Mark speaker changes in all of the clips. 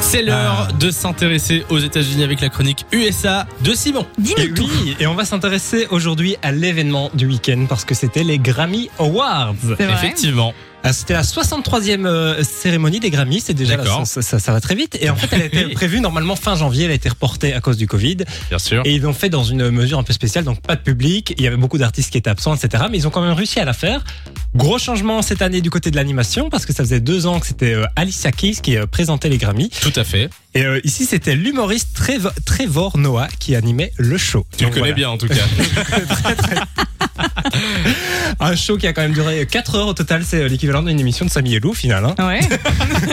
Speaker 1: C'est l'heure de s'intéresser aux États-Unis avec la chronique USA de Simon.
Speaker 2: Et
Speaker 3: Dis-nous tout.
Speaker 2: oui, et on va s'intéresser aujourd'hui à l'événement du week-end parce que c'était les Grammy Awards.
Speaker 3: C'est vrai.
Speaker 1: Effectivement.
Speaker 2: Ah, C'était la 63e euh, cérémonie des Grammy, c'est déjà la-
Speaker 1: D'accord.
Speaker 2: ça, ça- ça va très vite. Et en fait, elle a été
Speaker 1: Oui.
Speaker 2: prévue normalement fin janvier, elle a été reportée à cause du Covid.
Speaker 1: Bien sûr.
Speaker 2: Et ils l'ont fait dans une mesure un peu spéciale, donc pas de public. Il y avait beaucoup d'artistes qui étaient absents, etc. Mais ils ont quand même réussi à la faire. Gros changement cette année du côté de l'animation parce que ça faisait deux ans que c'était euh, Alicia Keys qui euh, présentait les Grammy.
Speaker 1: Tout à fait.
Speaker 2: Et euh, ici, c'était l'humoriste Trev- Trevor Noah qui animait le show.
Speaker 1: Tu le
Speaker 2: Donc,
Speaker 1: connais
Speaker 2: voilà.
Speaker 1: bien en tout cas.
Speaker 2: Un show qui a quand même duré 4 heures au total. C'est euh, l'équivalent d'une émission de Samy Elou au final. hein.
Speaker 3: Ouais.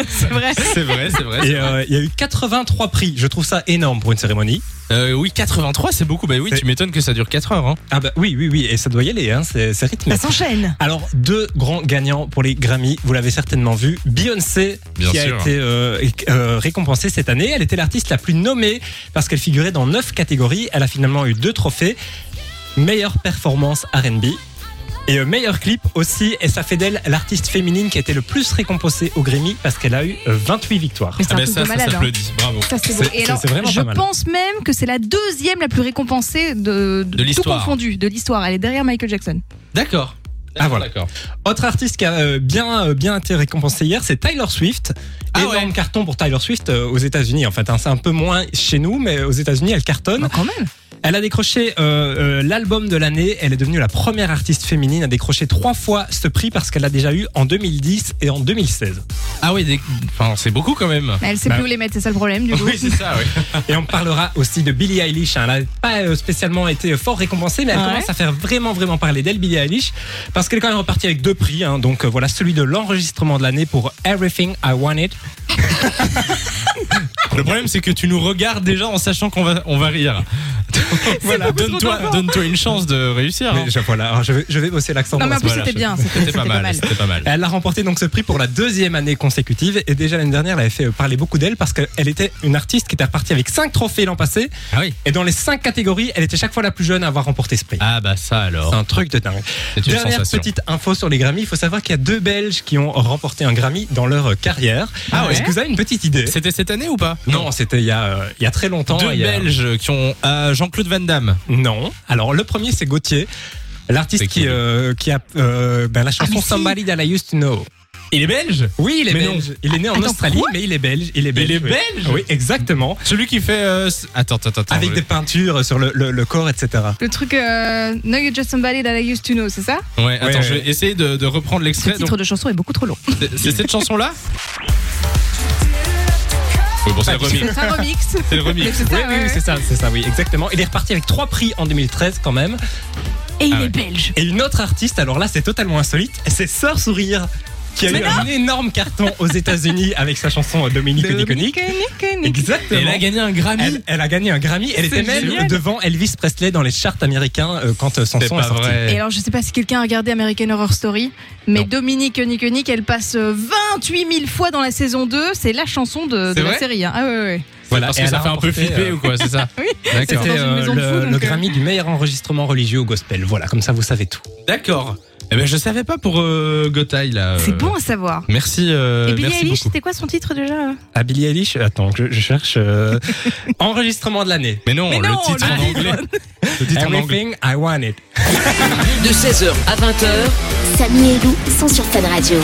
Speaker 3: c'est vrai.
Speaker 1: c'est vrai, c'est vrai.
Speaker 2: Et euh, il y a eu 83 prix. Je trouve ça énorme pour une cérémonie.
Speaker 1: Euh, oui, 83, c'est beaucoup. Bah oui,
Speaker 2: C'est-
Speaker 1: tu m'étonnes que ça dure 4 heures. Hein.
Speaker 2: Ah bah oui, oui, oui. Et ça doit y aller. Hein. C'est c'est rythmé.
Speaker 3: Ça s'enchaîne.
Speaker 2: Alors, deux grands gagnants pour les Grammy, vous l'avez certainement vu. Beyoncé,
Speaker 1: Bien
Speaker 2: qui
Speaker 1: sûr.
Speaker 2: a été euh, euh, récompensée cette année. Elle était l'artiste la plus nommée parce qu'elle figurait dans neuf catégories. Elle a finalement eu deux trophées. Meilleure performance RB. Et euh, meilleur clip aussi, et ça fait d'elle l'artiste féminine qui a été le plus récompensée au Grammy parce qu'elle a eu euh, 28 victoires.
Speaker 3: Mais c'est
Speaker 1: Ah
Speaker 3: un
Speaker 1: bah
Speaker 3: truc
Speaker 1: ça,
Speaker 3: de
Speaker 1: ça
Speaker 3: malade. hein.
Speaker 1: s'applaudit. Bravo.
Speaker 3: Ça, c'est beau.
Speaker 2: C'est-
Speaker 3: Et alors,
Speaker 2: c'est vraiment pas
Speaker 3: je
Speaker 2: mal.
Speaker 3: pense même que c'est la deuxième la plus récompensée de,
Speaker 1: De
Speaker 3: tout
Speaker 1: l'histoire.
Speaker 3: confondu de l'histoire. Elle est derrière Michael Jackson.
Speaker 1: D'accord.
Speaker 2: Ah, voilà.
Speaker 1: D'accord.
Speaker 2: Autre artiste qui a euh, bien, euh, bien été récompensé hier, c'est Tyler Swift.
Speaker 1: Ah
Speaker 2: Énorme
Speaker 1: ouais.
Speaker 2: carton pour Tyler Swift euh, aux États-Unis en fait. hein. C'est un peu moins chez nous, mais aux États-Unis elle cartonne.
Speaker 3: Ah, quand même.
Speaker 2: Elle a décroché euh, euh, l'album de l'année. Elle est devenue la première artiste féminine à décrocher trois fois ce prix parce qu'elle l'a déjà eu en 2010 et en 2016.
Speaker 1: Ah oui, des- enfin, c'est beaucoup quand même.
Speaker 3: Mais elle sait
Speaker 2: Bah.
Speaker 3: plus où les mettre, c'est ça le problème du coup.
Speaker 1: Oui, c'est ça, oui.
Speaker 2: Et on parlera aussi de Billie Eilish. hein. Elle n'a pas euh, spécialement été fort récompensée, mais elle
Speaker 3: Ouais.
Speaker 2: commence à faire vraiment, vraiment parler d'elle, Billie Eilish, parce qu'elle est quand même repartie avec deux prix. hein. Donc euh, voilà, celui de l'enregistrement de l'année pour Everything I Wanted.
Speaker 3: Oh.
Speaker 1: Le problème, c'est que tu nous regardes déjà en sachant qu'on va, on va rire. voilà,
Speaker 3: beaucoup trop
Speaker 1: donne-toi
Speaker 3: d'enfants.
Speaker 1: donne une chance de réussir. hein.
Speaker 2: Mais je, voilà, alors je, vais, je vais bosser l'accent.
Speaker 3: Non, mais en
Speaker 2: pour
Speaker 3: plus,
Speaker 2: la semaine
Speaker 3: c'était bien. C'était
Speaker 1: C'était pas mal, c'était pas mal.
Speaker 2: Elle a remporté donc ce prix pour la deuxième année consécutive et déjà l'année dernière, elle avait fait euh, parler beaucoup d'elle parce qu'elle était une artiste qui était repartie avec cinq trophées l'an passé
Speaker 1: Ah oui.
Speaker 2: et dans les cinq catégories, elle était chaque fois la plus jeune à avoir remporté ce prix.
Speaker 1: Ah bah ça
Speaker 2: C'est
Speaker 1: alors.
Speaker 2: un truc de dingue.
Speaker 1: C'est une
Speaker 2: Dernière
Speaker 1: sensation.
Speaker 2: petite info sur les Grammys, il faut savoir qu'il y a deux Belges qui ont remporté un Grammy dans leur euh, carrière.
Speaker 1: Ah ouais
Speaker 2: Est-ce que vous avez une petite idée
Speaker 1: C'était cette année ou pas
Speaker 2: Non, c'était il, y a, euh, il y a très longtemps.
Speaker 1: Deux
Speaker 2: il y a-
Speaker 1: Belges qui ont ah, Jean-Claude Van Damme.
Speaker 2: Non. Alors le premier c'est Gauthier. L'artiste
Speaker 1: C'est
Speaker 2: qui,
Speaker 1: qui, lui
Speaker 2: euh, qui a euh, ben, la chanson
Speaker 3: Ah, mais si.
Speaker 2: Somebody That I Used to Know.
Speaker 1: Il est belge
Speaker 2: Oui, il est
Speaker 1: Mais
Speaker 2: belge. Il est né en
Speaker 3: Attends,
Speaker 2: Australie,
Speaker 3: quoi
Speaker 2: mais il est belge. Il est belge.
Speaker 1: est
Speaker 2: oui.
Speaker 1: belge
Speaker 2: Oui, exactement.
Speaker 1: Celui qui fait. euh, s- Attends, attends, attends.
Speaker 2: Avec
Speaker 1: je-
Speaker 2: des peintures sur le, le- le corps, etc.
Speaker 3: Le truc euh, No You Just Somebody That I Used to Know, c'est ça
Speaker 1: Ouais, attends,
Speaker 2: ouais.
Speaker 1: je vais essayer de, de reprendre
Speaker 3: Ce
Speaker 1: l'extrait.
Speaker 3: titre
Speaker 1: Donc,
Speaker 3: de chanson est beaucoup trop long.
Speaker 1: C'est c'est cette chanson-là Oui, bon, c'est le remix.
Speaker 3: C'est un remix.
Speaker 1: C'est le remix.
Speaker 3: Mais c'est
Speaker 2: Oui,
Speaker 3: ça,
Speaker 2: oui,
Speaker 3: ouais,
Speaker 2: oui, c'est ça, c'est ça, oui, exactement. Il est reparti avec trois prix en 2013 quand même.
Speaker 3: Et il
Speaker 1: Ah ouais.
Speaker 3: est belge.
Speaker 2: Et une autre artiste, alors là c'est totalement insolite, c'est Sœur Sourire, qui a eu un énorme carton aux États-Unis avec sa chanson euh, Dominique Niconique. Exactement.
Speaker 1: Elle a gagné un Grammy
Speaker 2: Elle, elle a gagné un Grammy. Elle
Speaker 3: C'est
Speaker 2: était même
Speaker 3: génial.
Speaker 2: devant Elvis Presley dans les charts américains euh, quand euh, son
Speaker 1: C'est
Speaker 2: son est
Speaker 1: pas
Speaker 2: sorti.
Speaker 3: Et
Speaker 1: vrai.
Speaker 3: alors, je sais pas si quelqu'un a regardé American Horror Story, mais
Speaker 1: Non.
Speaker 3: Dominique Niconic, elle passe euh, 28 000 fois dans la saison 2. C'est la chanson de,
Speaker 1: C'est
Speaker 3: de la
Speaker 1: vrai
Speaker 3: série. hein. Ah ouais, ouais, ouais.
Speaker 1: Voilà, parce
Speaker 2: et
Speaker 1: que
Speaker 2: elle
Speaker 1: ça
Speaker 2: a
Speaker 1: fait un peu
Speaker 2: remporté,
Speaker 1: flipper
Speaker 2: euh,
Speaker 1: ou quoi, c'est ça
Speaker 3: Oui.
Speaker 1: D'accord.
Speaker 3: C'était dans une maison de
Speaker 2: le,
Speaker 3: fous, donc,
Speaker 2: le
Speaker 3: euh.
Speaker 2: Grammy du meilleur enregistrement religieux au gospel. Voilà, comme ça vous savez tout.
Speaker 1: D'accord. Eh ben, je savais pas pour euh, Gotaï, là. euh,
Speaker 3: C'est bon à savoir.
Speaker 1: Merci, euh,
Speaker 3: Et Billie
Speaker 1: merci
Speaker 3: Eilish,
Speaker 1: beaucoup.
Speaker 3: c'était quoi son titre déjà euh
Speaker 2: À Ah, Billie Eilish, attends, je, je cherche euh, enregistrement de l'année.
Speaker 1: Mais non,
Speaker 3: Mais
Speaker 1: le
Speaker 3: non,
Speaker 1: titre
Speaker 3: le
Speaker 1: en anglais. Le titre en anglais.
Speaker 2: Everything I want it.
Speaker 4: De 16h à 20h,
Speaker 5: Samy et Lou sont sur Fun Radio.